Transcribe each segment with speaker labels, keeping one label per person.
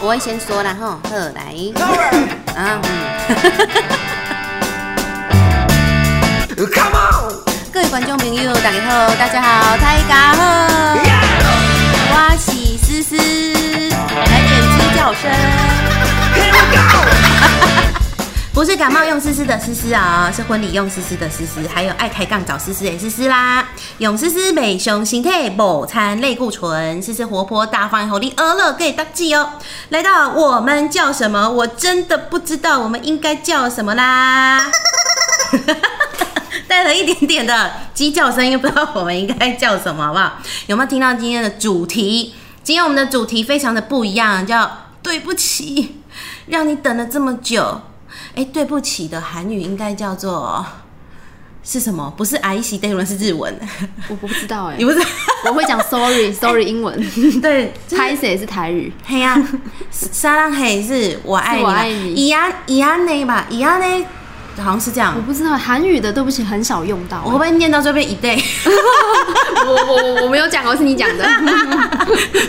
Speaker 1: 我会先说啦吼，好来，啊嗯，
Speaker 2: Come on!
Speaker 1: 各位观众朋友大家好，大家好，大家好，我是思思，来点鸡叫声，不是感冒用思思的思思啊、是婚礼用思思的思思，还有爱抬杠找思思的思思啦，用思思美胸心态，某餐类固醇，思思活泼大方，活力阿乐给大记哦。来到我们叫什么？我真的不知道我们应该叫什么啦。带了一点点的鸡叫声，又不知道我们应该叫什么，好不好？有没有听到今天的主题？今天我们的主题非常的不一样，叫“对不起”，让你等了这么久。哎，对不起的韩语应该叫做是什么？不是阿姨西德伦，是日文。
Speaker 3: 我不知道哎、
Speaker 1: 你不是？
Speaker 3: 我会讲 sorry sorry 英文，
Speaker 1: 对，就是
Speaker 3: 拍谁是台语，
Speaker 1: 嘿呀、啊，沙拉嘿是我爱你
Speaker 3: 是我
Speaker 1: 吧，
Speaker 3: 爱你
Speaker 1: 伊安伊安内吧，伊安内好像是这样
Speaker 3: 我。不知道韩语的，对不起，很少用到、啊
Speaker 1: 我会不会念到这边一对？
Speaker 3: 我我我我没有讲哦，是你讲的。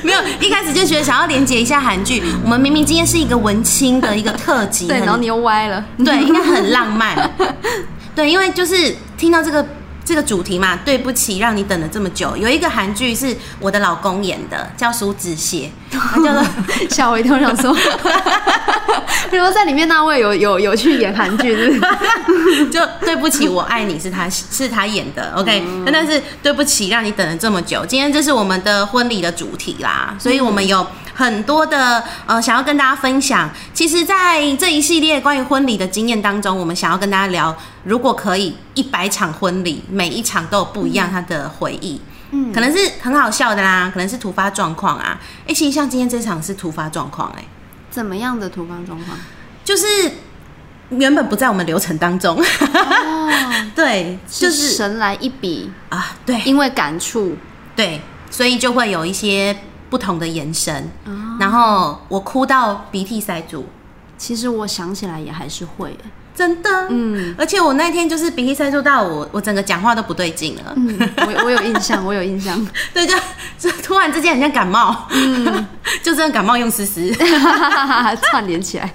Speaker 1: 没有，一开始就觉得想要连接一下韩剧。我们明明今天是一个文青的一个特辑，
Speaker 3: 对，
Speaker 1: 很
Speaker 3: 然后你又歪了。
Speaker 1: 对，应该很浪漫。 对，因为就是听到这个这个主题嘛，对不起，让你等了这么久。有一个韩剧是我的老公演的，叫《苏子燮》，它叫做
Speaker 3: 吓我一跳，我想说， 比如说在里面那位有有有去演韩剧，是不 是
Speaker 1: 就对不起，我爱你是他是他演的，OK、那但是对不起，让你等了这么久。今天这是我们的婚礼的主题啦，所以我们有很多的呃想要跟大家分享。其实，在这一系列关于婚礼的经验当中，我们想要跟大家聊，如果可以一百场婚礼，每一场都有不一样他的回忆。嗯，可能是很好笑的啦，可能是突发状况啊。哎、其实像今天这场是突发状况、哎，
Speaker 3: 怎么样的突发状况？
Speaker 1: 就是原本不在我们流程当中，
Speaker 3: 哦，
Speaker 1: 对，就
Speaker 3: 就是是神来一笔，
Speaker 1: 啊，对，
Speaker 3: 因为感触，
Speaker 1: 对，所以就会有一些不同的延伸。
Speaker 3: 哦
Speaker 1: 然后我哭到鼻涕塞住，
Speaker 3: 其实我想起来也还是会，哎
Speaker 1: 真的。
Speaker 3: 嗯
Speaker 1: 而且我那天就是鼻涕塞住到我，我整个讲话都不对劲了。
Speaker 3: 嗯，我我有印象，我有印象，
Speaker 1: 对，就 就突然之间很像感冒，
Speaker 3: 嗯
Speaker 1: 就真的感冒用思思。
Speaker 3: 串联起来，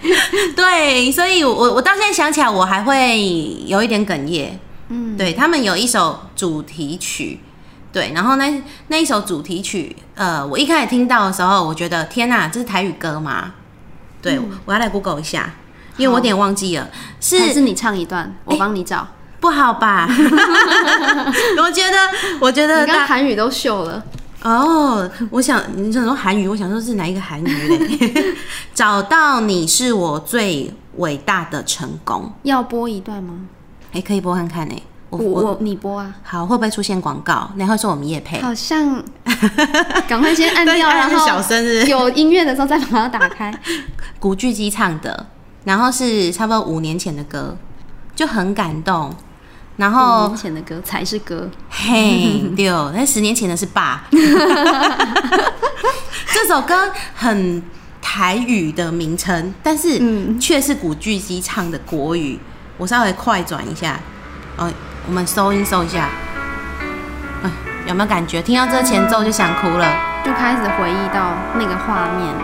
Speaker 1: 对，所以我我到现在想起来，我还会有一点哽咽。
Speaker 3: 嗯，
Speaker 1: 对他们有一首主题曲，对，然后那那一首主题曲，呃，我一开始听到的时候，我觉得天哪、这是台语歌吗？对，
Speaker 3: 嗯
Speaker 1: 我要来 Google 一下，因为我有点忘记了，
Speaker 3: 还是
Speaker 1: 是
Speaker 3: 你唱一段，我帮你找。
Speaker 1: 不好 吧？ 我觉得，我觉得
Speaker 3: 你刚
Speaker 1: 大
Speaker 3: 韩语都秀了，
Speaker 1: 哦，我想你想说韩语，我想说是哪一个韩语嘞？ 找到你是我最伟大的成功，
Speaker 3: 要播一段吗？
Speaker 1: 哎、可以播看看呢、我
Speaker 3: 我
Speaker 1: 我
Speaker 3: 我你播啊，
Speaker 1: 好会不会出现广告？然后说我们叶配。
Speaker 3: 好 像赶快先按
Speaker 1: 对
Speaker 3: 掉，
Speaker 1: 按
Speaker 3: 然
Speaker 1: 小
Speaker 3: 后
Speaker 1: 声是不是
Speaker 3: 有音乐的时候再把它打 开。
Speaker 1: 古巨基唱的，然后是差不多五年前的歌，就很感动。然
Speaker 3: 五
Speaker 1: 后
Speaker 3: 年前的歌才是歌，
Speaker 1: 嘿，对，那十年前的是爸。 这首歌很台语的名称，但是
Speaker 3: 嗯
Speaker 1: 却是古巨基唱的国语。我稍微快转一下，哦，我们收音收一下。哎，有没有感觉？听到这前奏就想哭了。
Speaker 3: 就开始回忆到那个画面。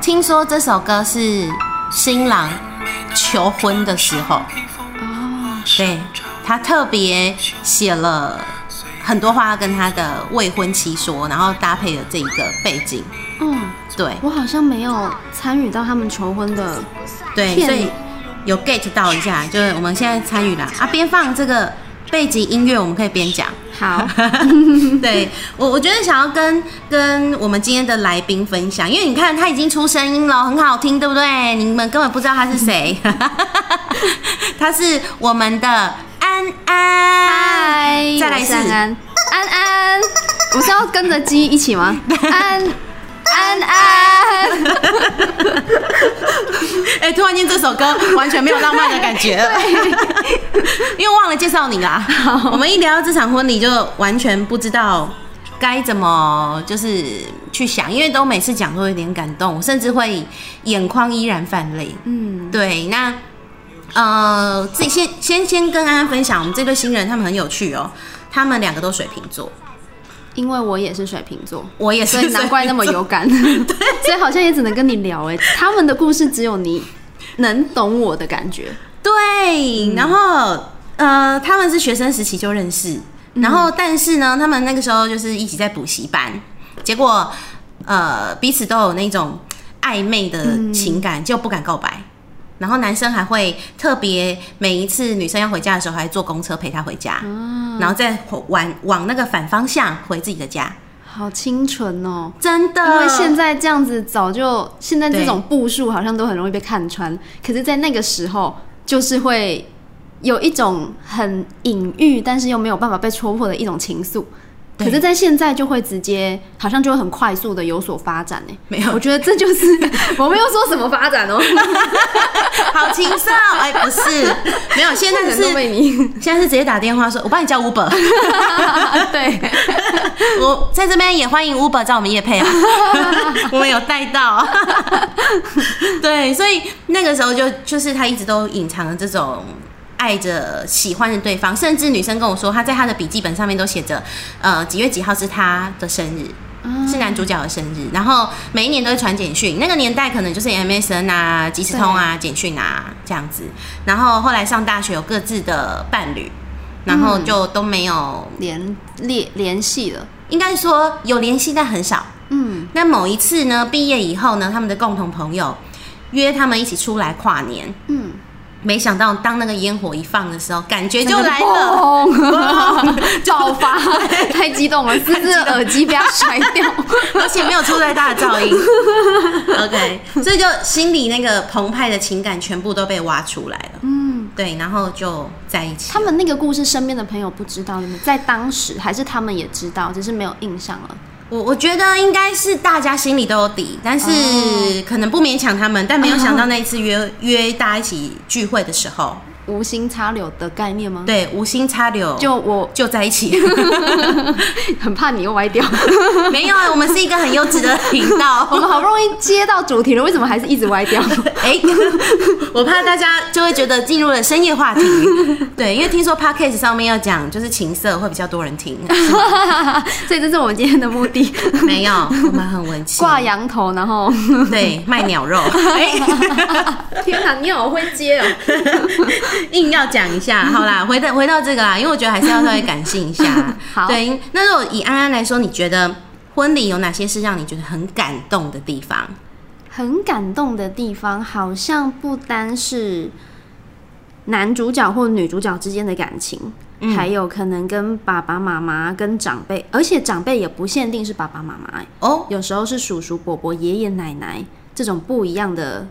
Speaker 1: 听说这首歌是新郎求婚的时候，
Speaker 3: 哦，
Speaker 1: 对他特别写了很多话要跟他的未婚妻说，然后搭配了这一个背景，
Speaker 3: 嗯，
Speaker 1: 对
Speaker 3: 我好像没有参与到他们求婚的，
Speaker 1: 对，
Speaker 3: 骗
Speaker 1: 所
Speaker 3: 你
Speaker 1: 以有 get 到一下，就是我们现在参与了啊，边放这个背景音乐，我们可以边 讲。
Speaker 3: 好，
Speaker 1: 对我，我觉得想要跟跟我们今天的来宾分享，因为你看他已经出声音了，很好听，对不对？你们根本不知道他是 谁，他是我们的安安。
Speaker 3: 嗨，
Speaker 1: 再来一次
Speaker 3: 我是安安，安安，我是要跟着鸡一起 吗？安安安，
Speaker 1: 哎、突然间这首歌完全没有浪漫的感觉 了， 因为忘了介绍你啦。我们一聊到这场婚礼，就完全不知道该怎么就是去想，因为都每次讲都有点感动，我甚至会眼眶依然泛泪。
Speaker 3: 嗯，
Speaker 1: 对，那呃，自己先先先跟安安分享，我们这对新人他们很有趣哦，他们两个都水瓶座，
Speaker 3: 因为我也是 水瓶 座，
Speaker 1: 我也
Speaker 3: 所
Speaker 1: 是，
Speaker 3: 以难怪那么有感。 所以好像也只能跟你聊哎、他们的故事只有你能懂我的感觉。
Speaker 1: 对，
Speaker 3: 嗯
Speaker 1: 然后呃，他们是学生时期就认识，
Speaker 3: 嗯
Speaker 1: 然后但是呢，他们那个时候就是一起在补习班，结果呃彼此都有那种暧昧的情
Speaker 3: 嗯
Speaker 1: 感，就不敢告白。然后男生还会特别每一次女生要回家的时候，还坐公车陪她回家，
Speaker 3: 嗯
Speaker 1: 然后再往往那个反方向回自己的家。
Speaker 3: 好清纯哦、
Speaker 1: 真的，
Speaker 3: 因为现在这样子早就现在这
Speaker 1: 对
Speaker 3: 种步数好像都很容易被看穿，可是，在那个时候就是会有一种很隐喻，但是又没有办法被戳破的一种情愫。
Speaker 1: 对
Speaker 3: 可是，在现在就会直接，好像就会很快速的有所发展呢。
Speaker 1: 没有
Speaker 3: 我觉得这就是 我没有说什么发展哦，
Speaker 1: 好轻松，哎、不 是，没有，现在
Speaker 3: 可能都被
Speaker 1: 是
Speaker 3: 你
Speaker 1: 现在是直接打电话说，我帮你叫 Uber。
Speaker 3: 啊 对，
Speaker 1: 我在这边也欢迎 Uber 找我们叶配啊， 我们有带到。 对，所以那个时候就就是他一直都隐藏着这种爱着、喜欢着对方，甚至女生跟我说，她在她的笔记本上面都写着，呃，几月几号是她的生日。是男主角的生日，然后每一年都会传简讯。那个年代可能就是 MSN 啊、即时通啊、简讯啊这样子。然后后来上大学有各自的伴侣，然后就都没有
Speaker 3: 联联联系了，
Speaker 1: 应该说有联系，但很少。
Speaker 3: 嗯，
Speaker 1: 那某一次呢，毕业以后呢，他们的共同朋友约他们一起出来跨年，
Speaker 3: 嗯，
Speaker 1: 没想到当那个烟火一放的时候，感觉就来了。
Speaker 3: 了，爆发，太激动 了，思思的耳机被他甩掉。
Speaker 1: 而且没有出太大的噪音，OK，所以就心里那个澎湃的情感全部都被挖出来了，
Speaker 3: 嗯，
Speaker 1: 对，然后就在一起。
Speaker 3: 他们那个故事，身边的朋友不知道，对吗在当时还是他们也知道，只是没有印象了。
Speaker 1: 我我觉得应该是大家心里都有底，但是
Speaker 3: 哦
Speaker 1: 可能不勉强他们，但没有想到那一次约约大家一起聚会的时候，
Speaker 3: 无心插柳的概念吗？，
Speaker 1: 对，无心插柳
Speaker 3: 嗯就我
Speaker 1: 就在一起。
Speaker 3: 很怕你又歪 掉。
Speaker 1: 没有啊，我们是一个很优质的频
Speaker 3: 我
Speaker 1: 道。
Speaker 3: 们好不容易接到主题了，为什么还是一直歪掉？
Speaker 1: 哎、 我怕大家就会觉得进入了深夜话 题。对，因为听说 podcast 上面要讲就是情色会比较多人 听，
Speaker 3: 所以这 是我们今天的目的，
Speaker 1: 没有，我们很文气。
Speaker 3: 挂羊头，然后，
Speaker 1: 对，卖鸟肉。 哎、
Speaker 3: 天哪，你好会接哦！
Speaker 1: 硬要讲一下，好啦，回到回到这个啦，因为我觉得还是要稍微感性一 下。
Speaker 3: 好
Speaker 1: 对，那如果以安安来说，你觉得婚礼有哪些是让你觉得很感动的地方？
Speaker 3: 很感动的地方，好像不单是男主角或女主角之间的感情，还有可能跟爸爸妈妈、跟长辈，而且长辈也不限定是爸爸妈妈、欸
Speaker 1: 哦，
Speaker 3: 有时候是叔叔、伯伯、爷爷奶奶这种不一样的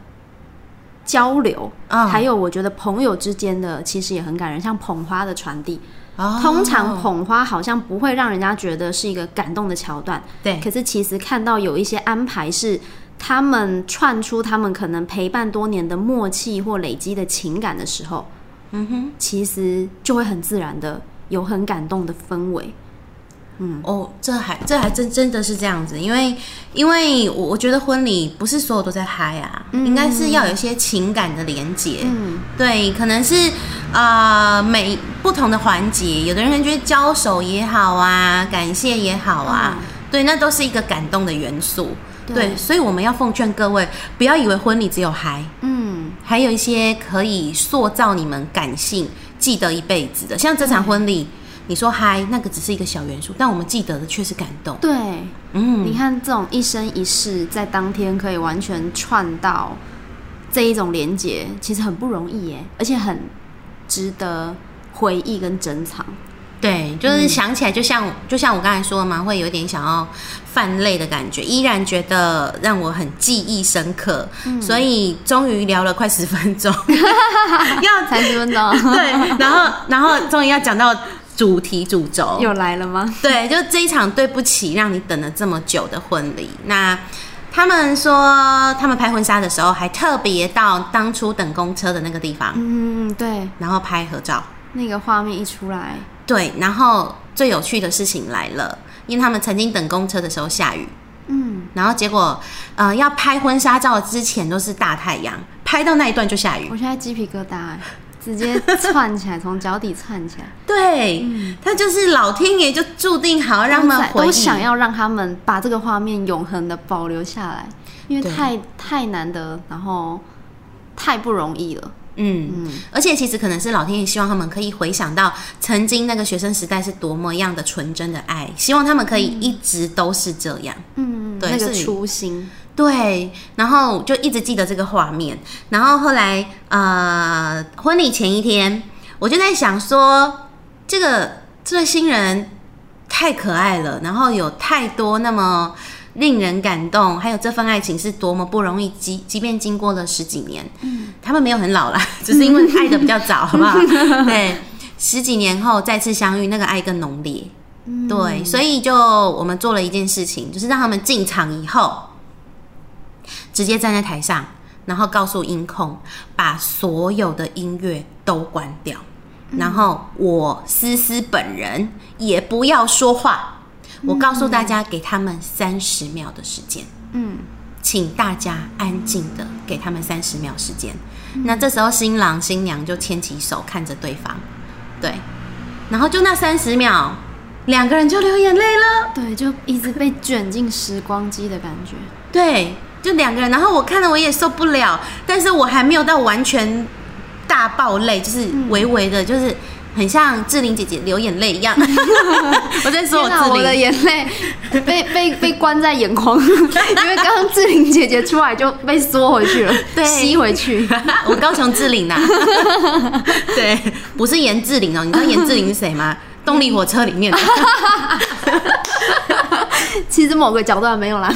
Speaker 3: 交流。
Speaker 1: 嗯
Speaker 3: 还有，我觉得朋友之间的其实也很感人，像捧花的传递，
Speaker 1: 哦
Speaker 3: 通常捧花好像不会让人家觉得是一个感动的桥段，
Speaker 1: 对
Speaker 3: 可是其实看到有一些安排是他们串出他们可能陪伴多年的默契或累积的情感的时候，
Speaker 1: 嗯哼。
Speaker 3: 其实就会很自然的有很感动的氛围。
Speaker 1: 哦，这还这还真真的是这样子，因为因为我我觉得婚礼不是所有都在嗨啊，应该是要有一些情感的连接。
Speaker 3: 嗯，
Speaker 1: 对，可能是呃每不同的环节，有的人觉得交手也好啊，感谢也好啊，对，那都是一个感动的元素。
Speaker 3: 对
Speaker 1: 对，所以我们要奉劝各位，不要以为婚礼只有嗨，
Speaker 3: 嗯，
Speaker 1: 还有一些可以塑造你们感性、记得一辈子的，像这场婚礼，你说嗨，那个只是一个小元素，但我们记得的却是感动。
Speaker 3: 对，你
Speaker 1: 嗯，
Speaker 3: 看这种一生一世在当天可以完全串到这一种连接，其实很不容易耶，而且很值得回忆跟珍 藏。
Speaker 1: 对，就是想起来，就像、就像我刚才说的嘛，会有点想要泛泪的感觉，依然觉得让我很记忆深刻，
Speaker 3: 嗯
Speaker 1: 所以终于聊了快十分 钟，要
Speaker 3: 才十分钟，
Speaker 1: 对，然后然后终于要讲到主题主轴，
Speaker 3: 又来了吗？
Speaker 1: 对，就这一场对不起让你等了这么久的婚礼。那他们说，他们拍婚纱的时候还特别到当初等公车的那个地方，
Speaker 3: 嗯，对，
Speaker 1: 然后拍合照。
Speaker 3: 那个画面一出来，
Speaker 1: 对，然后最有趣的事情来了，因为他们曾经等公车的时候下雨，
Speaker 3: 嗯，
Speaker 1: 然后结果呃要拍婚纱照之前都是大太阳，拍到那一段就下雨
Speaker 3: 我。现在鸡皮疙瘩哎，直接窜起来，从脚底窜起来。
Speaker 1: 对，他就是老天爷就注定好 要让他
Speaker 3: 当
Speaker 1: 们
Speaker 3: 仔
Speaker 1: 回忆，
Speaker 3: 都想要让他们把这个画面永恒的保留下来，因为
Speaker 1: 对
Speaker 3: 太太难得，然后太不容易了。
Speaker 1: 嗯，而且其实可能是老天爷希望他们可以回想到曾经那个学生时代是多么样的纯真的爱，希望他们可以一直都是这样。
Speaker 3: 嗯，
Speaker 1: 对
Speaker 3: 那
Speaker 1: 是
Speaker 3: 个
Speaker 1: 你
Speaker 3: 初心，
Speaker 1: 对，然后就一直记得这个画面。然后后来呃，婚礼前一天，我就在想说，这个这对新人太可爱了，然后有太多那么。令人感动，还有这份爱情是多么不容易，即即便经过了十几年，他们没有很老啦，只是因为爱的比较早，好不好？对，十几年后再次相遇，那个爱更浓烈。对，所以就我们做了一件事情，就是让他们进场以后，直接站在台上，然后告诉音控把所有的音乐都关掉，然后我思思本人也不要说话。我告诉大家，给他们三十秒的时间。
Speaker 3: 嗯，
Speaker 1: 请大家安静的给他们三十秒时间。那这时候新郎新娘就牵起手看着对方，对，然后就那三十秒，两个人就流眼泪了。
Speaker 3: 对，就一直被卷进时光机的感觉。
Speaker 1: 对，就两个人，然后我看了我也受不了，但是我还没有到完全大爆泪，就是微微的，就是很像志玲姐姐流眼泪一样。我在说我
Speaker 3: 天哪，我
Speaker 1: 志
Speaker 3: 的
Speaker 1: 玲，
Speaker 3: 眼泪被被被关在眼眶， 因为刚刚志玲姐姐出来就被缩回去了，
Speaker 1: 对
Speaker 3: 吸 回去。
Speaker 1: 我高雄志玲呐、啊对，不是严志玲哦，你知道严志玲是谁吗？动力火车里面的。
Speaker 3: 其实某个角度还没有啦，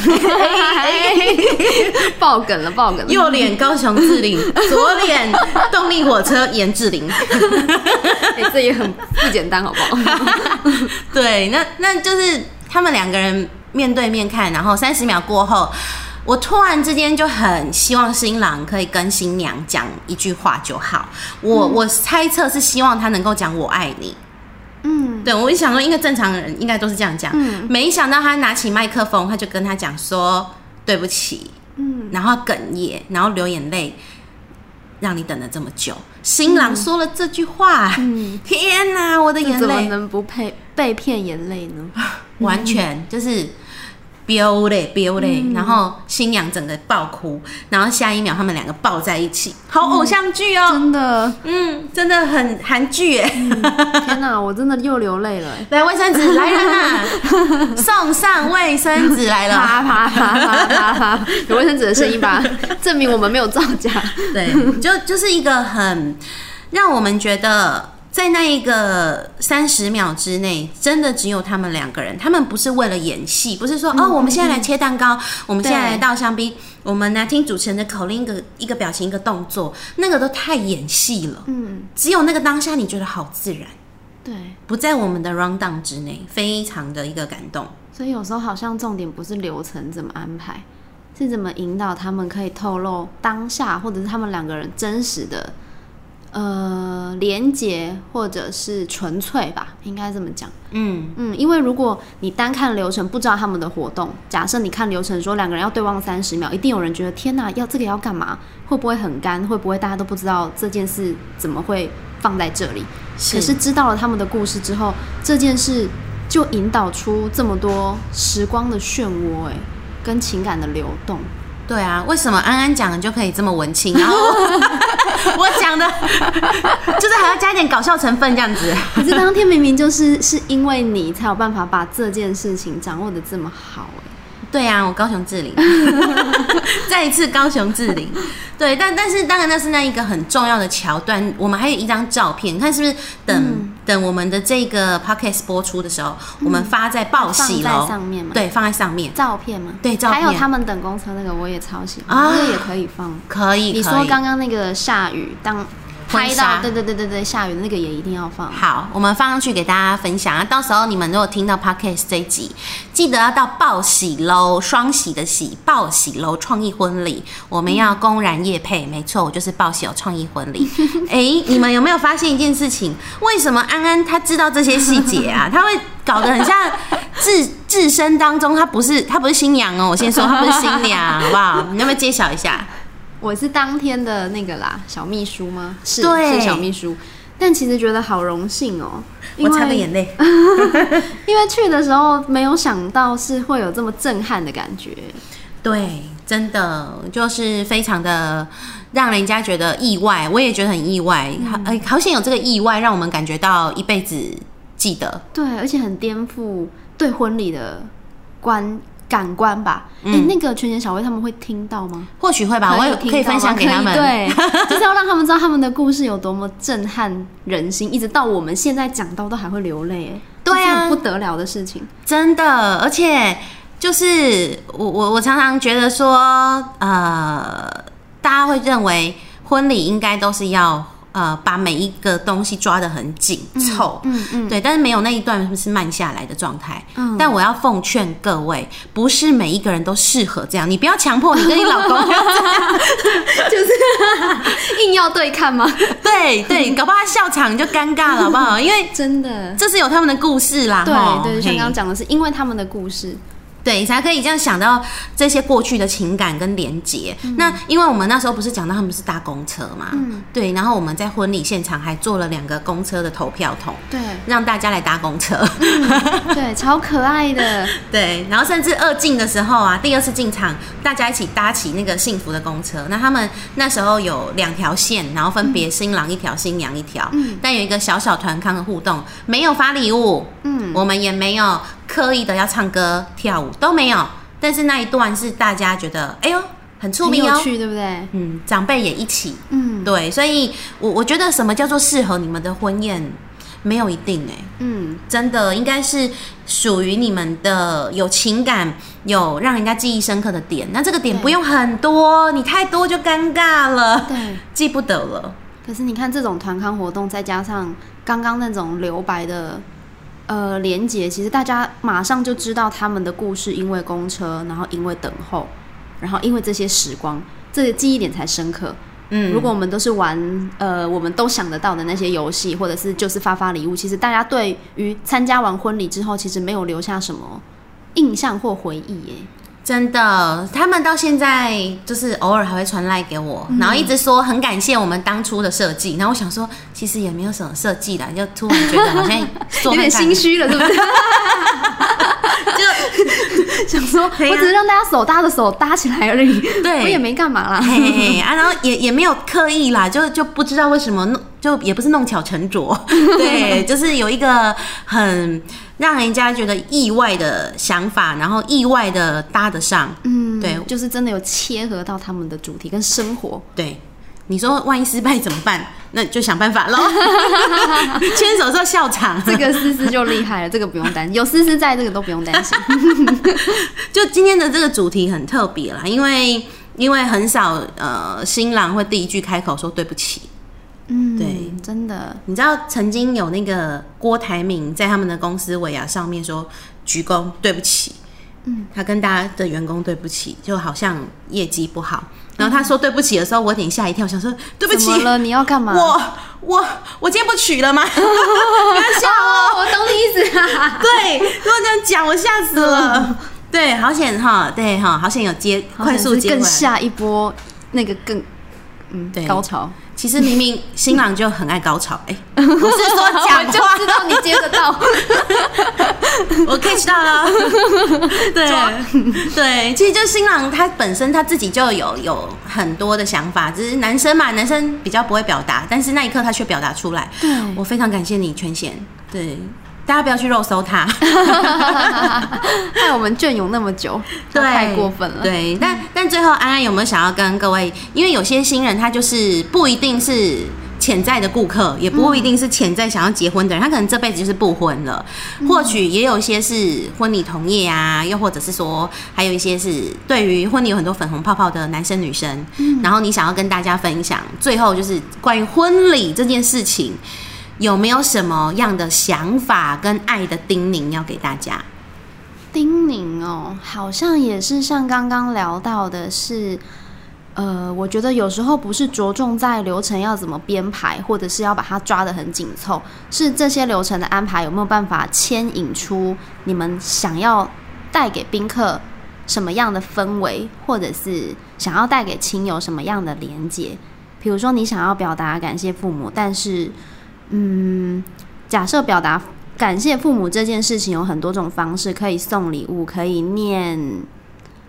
Speaker 3: 爆梗了，爆梗了。
Speaker 1: 右脸高雄志玲，左脸动力火车严志玲。
Speaker 3: 哎、这也很不简单，好不好？
Speaker 1: 对，那那就是他们两个人面对面看，然后三十秒过后，我突然之间就很希望新郎可以跟新娘讲一句话就好。我、我猜测是希望他能够讲“我爱你”。
Speaker 3: 嗯，
Speaker 1: 对，我一想说，应该正常人应该都是这样讲。
Speaker 3: 嗯
Speaker 1: 没想到他拿起麦克风，他就跟他讲说：“对不起。”
Speaker 3: 嗯，
Speaker 1: 然后哽咽，然后流眼泪，让你等了这么久。新郎说了这句话，
Speaker 3: 嗯
Speaker 1: 天哪，我的眼
Speaker 3: 怎么
Speaker 1: 泪
Speaker 3: 能不配被骗眼泪呢？
Speaker 1: 完全就是。飙嘞飙嘞，然后新娘整个爆哭，然后下一秒他们两个抱在一起，好偶像剧哦，
Speaker 3: 真的，
Speaker 1: 嗯，真的嗯很韩剧耶。
Speaker 3: 天哪，我真的又流泪了、哎
Speaker 1: 来卫生纸，来人啊，送上卫生纸来了。
Speaker 3: 啪啪啪啪啪啪，有卫生纸的声音吧，证明我们没有造假。
Speaker 1: 对，就就是一个很让我们觉得，在那一个三十秒之内，真的只有他们两个人。他们不是为了演戏，不是说、
Speaker 3: 嗯
Speaker 1: 哦，我们现在来切蛋糕，我们现在来倒香槟，我们来听主持人的口令，一个一个表情，一个动作，那个都太演戏了。
Speaker 3: 嗯，
Speaker 1: 只有那个当下，你觉得好自然，
Speaker 3: 对，
Speaker 1: 不在我们的 round down 之内，非常的一个感动。
Speaker 3: 所以有时候好像重点不是流程怎么安排，是怎么引导他们可以透露当下，或者是他们两个人真实的呃连接，或者是纯粹吧，应该这么讲。
Speaker 1: 嗯，
Speaker 3: 嗯，因为如果你单看流程，不知道他们的活动，假设你看流程说两个人要对望三十秒，一定有人觉得天哪，要这个要干嘛？会不会很干？会不会大家都不知道这件事怎么会放在这里？可是知道了他们的故事之后，这件事就引导出这么多时光的漩涡，哎，跟情感的流 动。
Speaker 1: 对啊，为什么安安讲的就可以这么文青，然后 我我讲的 就是还要加一点搞笑成分这样子？
Speaker 3: 可是当天明明就是是因为你才有办法把这件事情掌握的这么好，哎，
Speaker 1: 对啊，我高雄志玲， 再一次高雄志玲。对，但但是当然那是那一个很重要的桥段。我们还有一张照片，看是不是等、
Speaker 3: 嗯
Speaker 1: 等我们的这个 podcast 播出的时候，我们发在报喜
Speaker 3: 放
Speaker 1: 楼
Speaker 3: 在上面嘛
Speaker 1: 哦对，放在上面
Speaker 3: 照片吗？
Speaker 1: 对照片
Speaker 3: 还有他们等公车那个，我也超喜欢，
Speaker 1: 啊
Speaker 3: 那个也可以放。
Speaker 1: 可以。
Speaker 3: 你
Speaker 1: 可
Speaker 3: 说
Speaker 1: 以
Speaker 3: 刚刚那个下雨，当
Speaker 1: 婚
Speaker 3: 拍
Speaker 1: 纱
Speaker 3: 到对对对对对下雨的那个也一定要放。
Speaker 1: 好，我们放上去给大家分享啊。到时候你们如果听到 podcast 这一集，记得要到报喜喽，双喜的喜，报喜喽，创意婚礼，我们要公然夜配，没错，我就是报喜有创意婚 礼。哎、你们有没有发现一件事情？为什么安安她知道这些细节啊？她会搞得很像自 自身当中，她不是她不是新娘哦，我先说她不是新娘，好不好？你要不要揭晓一下？
Speaker 3: 我是当天的那个啦，小秘书吗？是
Speaker 1: 对
Speaker 3: 是小秘书，但其实觉得好荣幸哦、因
Speaker 1: 我擦个
Speaker 3: 为
Speaker 1: 眼泪。
Speaker 3: 因为去的时候没有想到是会有这么震撼的感觉，
Speaker 1: 对，真的就是非常的让人家觉得意外，我也觉得很意外。好，哎、
Speaker 3: 嗯
Speaker 1: 好险有这个意外，让我们感觉到一辈子记得。
Speaker 3: 对，而且很颠覆对婚礼的观感官吧。哎、
Speaker 1: 嗯
Speaker 3: 那个全年小薇他们会听到吗？
Speaker 1: 或许会吧，我也
Speaker 3: 听
Speaker 1: 可以
Speaker 3: 到
Speaker 1: 分
Speaker 3: 吗
Speaker 1: 享给他们。
Speaker 3: 可以对， 就是要让他们知道他们的故事有多么震撼人心，一直到我们现在讲到都还会流泪，哎
Speaker 1: 对啊
Speaker 3: 这是很不得了的事情。
Speaker 1: 真的，而且就是我我我常常觉得说，呃，大家会认为婚礼应该都是要呃把每一个东西抓得很紧凑。
Speaker 3: 嗯嗯，
Speaker 1: 对，但是没有那一段是慢下来的状态。
Speaker 3: 嗯
Speaker 1: 但我要奉劝各位，不是每一个人都适合这样，你不要强迫你跟你老公要这样。
Speaker 3: 硬要对看吗？
Speaker 1: 对对，搞不好他笑场你就尴尬了，好不好？因为
Speaker 3: 真的。
Speaker 1: 这是有他们的故事啦。
Speaker 3: 对
Speaker 1: 吼
Speaker 3: 对，就像
Speaker 1: 嘿
Speaker 3: 刚刚讲的是，因为他们的故事，
Speaker 1: 对，你才可以这样想到这些过去的情感跟连结。那因为我们那时候不是讲到他们是搭公车嘛，
Speaker 3: 嗯
Speaker 1: 对，然后我们在婚礼现场还做了两个公车的投票筒，
Speaker 3: 对
Speaker 1: 让大家来搭公车。
Speaker 3: 对，超可爱 的，
Speaker 1: 对，然后甚至二进的时候啊，第二次进场，大家一起搭起那个幸福的公车。那他们那时候有两条线，然后分别新郎一条，新娘一条。
Speaker 3: 嗯
Speaker 1: 但有一个小小团康的互动，没有发礼物，
Speaker 3: 嗯，
Speaker 1: 我们也没有刻意的要唱歌跳舞都没有，但是那一段是大家觉得哎呦很出
Speaker 3: 很
Speaker 1: 名
Speaker 3: 有
Speaker 1: 哦，
Speaker 3: 趣，对不对？
Speaker 1: 嗯，长辈也一起，
Speaker 3: 嗯，
Speaker 1: 对，所以我我觉得什么叫做适合你们的婚宴，没有一定哎、
Speaker 3: 嗯，
Speaker 1: 真的应该是属于你们的有情感、有让人家记忆深刻的点。那这个点
Speaker 3: 对
Speaker 1: 不用很多，你太多就尴尬了，
Speaker 3: 对。
Speaker 1: 记不得了。
Speaker 3: 可是你看这种团康活动，再加上刚刚那种留白的呃连接，其实大家马上就知道他们的故事，因为公车，然后因为等候，然后因为这些时光，这个记忆点才深刻。
Speaker 1: 嗯，
Speaker 3: 如果我们都是玩呃我们都想得到的那些游戏，或者是就是发发礼物，其实大家对于参加完婚礼之后，其实没有留下什么印象或回忆耶。
Speaker 1: 真的，他们到现在就是偶尔还会传赖给我，
Speaker 3: 嗯
Speaker 1: 然后一直说很感谢我们当初的设计。然后我想说，其实也没有什么设计啦，就突然觉得好像做
Speaker 3: 有
Speaker 1: 看看
Speaker 3: 点心，虚了，对不对？
Speaker 1: 就
Speaker 3: 想说，
Speaker 1: 对啊
Speaker 3: 我只是让大家手搭着手搭起来而已，
Speaker 1: 对
Speaker 3: 我也没干嘛啦。
Speaker 1: 嘿嘿嘿啊，然后也也没有刻意啦，就就不知道为什么弄，就也不是弄巧成 拙，对，就是有一个很让人家觉得意外的想法，然后意外的搭得上，
Speaker 3: 嗯，
Speaker 1: 对
Speaker 3: 就是真的有切合到他们的主题跟 生活。
Speaker 1: 对，你说万一失败怎么办？那就想办法 喽。牵手之后笑场，
Speaker 3: 这个思思就厉害了，这个不用担心，有思思在，这个都不用担 心。
Speaker 1: 就今天的这个主题很特别啦，因为因为很少呃新郎会第一句开口说对不起。
Speaker 3: 嗯，
Speaker 1: 对，
Speaker 3: 真的，
Speaker 1: 你知道曾经有那个郭台铭在他们的公司尾牙上面说鞠躬对不起，嗯，他跟大家的员工对不起，就好像业绩不好。然后他说对不起的时候，我有点吓一跳，想说对不
Speaker 3: 怎
Speaker 1: 起，
Speaker 3: 么了？你要干嘛？
Speaker 1: 我我我今天不娶 了吗？
Speaker 3: 笑了，哦我懂你意思 啊。
Speaker 1: 对，如果这样讲，我吓死 了。对，好险哈，对哈，好险有接
Speaker 3: 好
Speaker 1: 快速
Speaker 3: 想是
Speaker 1: 接回
Speaker 3: 更
Speaker 1: 来。
Speaker 3: 下一波那个更嗯
Speaker 1: 对
Speaker 3: 高潮。
Speaker 1: 其实明明新郎就很爱高潮， 哎、我是说
Speaker 3: 我
Speaker 1: 讲
Speaker 3: 就
Speaker 1: 话，
Speaker 3: 知道你接得到。
Speaker 1: 我 catch 到了。对对，其实就新郎他本身他自己就有有很多的想法，只是男生嘛，男生比较不会表达，但是那一刻他却表达出来。
Speaker 3: 对
Speaker 1: 我非常感谢你，全贤。对，大家不要去肉搜他。
Speaker 3: 害我们隽永那么久，
Speaker 1: 对，
Speaker 3: 太过分了。，
Speaker 1: 对，但但最后安安有没有想要跟各位？因为有些新人他就是不一定是潜在的顾客，也不一定是潜在想要结婚的人，他可能这辈子就是不婚了。
Speaker 3: 嗯
Speaker 1: 或许也有一些是婚礼同业啊，又或者是说还有一些是对于婚礼有很多粉红泡泡的男生女生，
Speaker 3: 嗯
Speaker 1: 然后你想要跟大家分享，最后就是关于婚礼这件事情。有没有什么样的想法跟爱的叮咛要给大家？
Speaker 3: 叮咛哦，好像也是像刚刚聊到的是，呃，我觉得有时候不是着重在流程要怎么编排，或者是要把它抓得很紧凑，是这些流程的安排有没有办法牵引出你们想要带给宾客什么样的氛围，或者是想要带给亲友什么样的连接。比如说，你想要表达感谢父母，但是，嗯，假设表达感谢父母这件事情有很多种方式，可以送礼物，可以念。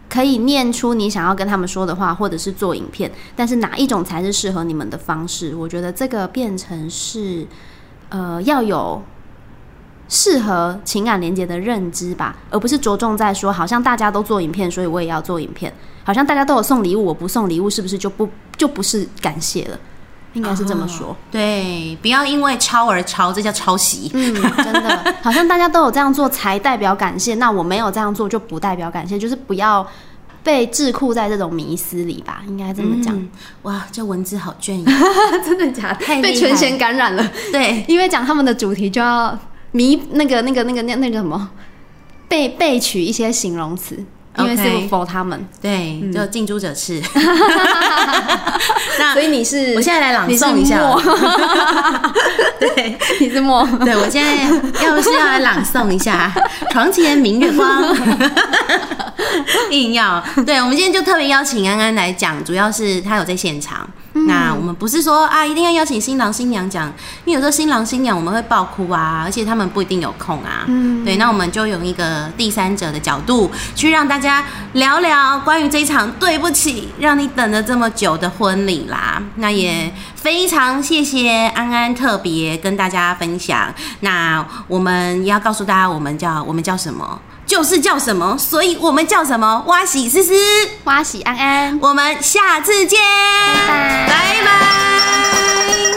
Speaker 3: 可以念出你想要跟他们说的话，或者是做影片，但是哪一种才是适合你们的方式？我觉得这个变成是，呃，要有适合情感连接的认知吧，而不是着重在说好像大家都做影片，所以我也要做影片；好像大家都有送礼物，我不送礼物是不是就不就不是感谢了？应该是这么说。
Speaker 1: 哦对，不要因为抄而抄，这叫抄袭。
Speaker 3: 嗯，真的，好像大家都有这样做才代表感谢，那我没有这样做就不代表感谢，就是不要被桎梏在这种迷思里吧，应该这么讲。
Speaker 1: 嗯哇，这文字好 隽永。
Speaker 3: 嗯真的假
Speaker 1: 太
Speaker 3: 的？
Speaker 1: 厉
Speaker 3: 被全贤感染了，
Speaker 1: 对，
Speaker 3: 因为讲他们的主题就要迷那个那个那个那那个什么，被被取一些形容词，因为
Speaker 1: OK
Speaker 3: 是否他们，
Speaker 1: 对，
Speaker 3: 嗯
Speaker 1: 就近朱者 赤。那
Speaker 3: 所以你是
Speaker 1: 我现在来朗诵一下， 对。
Speaker 3: 你是默，
Speaker 1: 对， 我现在要不是要来朗诵一下《床前明月光》，硬要。对，我们今天就特别邀请安安来讲，主要是她有在现场。那我们不是说啊，一定要邀请新郎新娘讲，因为有时候新郎新娘我们会爆哭啊，而且他们不一定有空啊。嗯，对，那我们就用一个第三者的角度去让大家聊聊关于这一场对不起让你等了这么久的婚礼啦。那也非常谢谢安安特别跟大家分享。那我们也要告诉大家，我们叫我们叫什么，就是叫什么，所以我们叫什么？哇喜思思，
Speaker 3: 花喜安安。
Speaker 1: 我们下次见，
Speaker 3: 拜
Speaker 1: 拜拜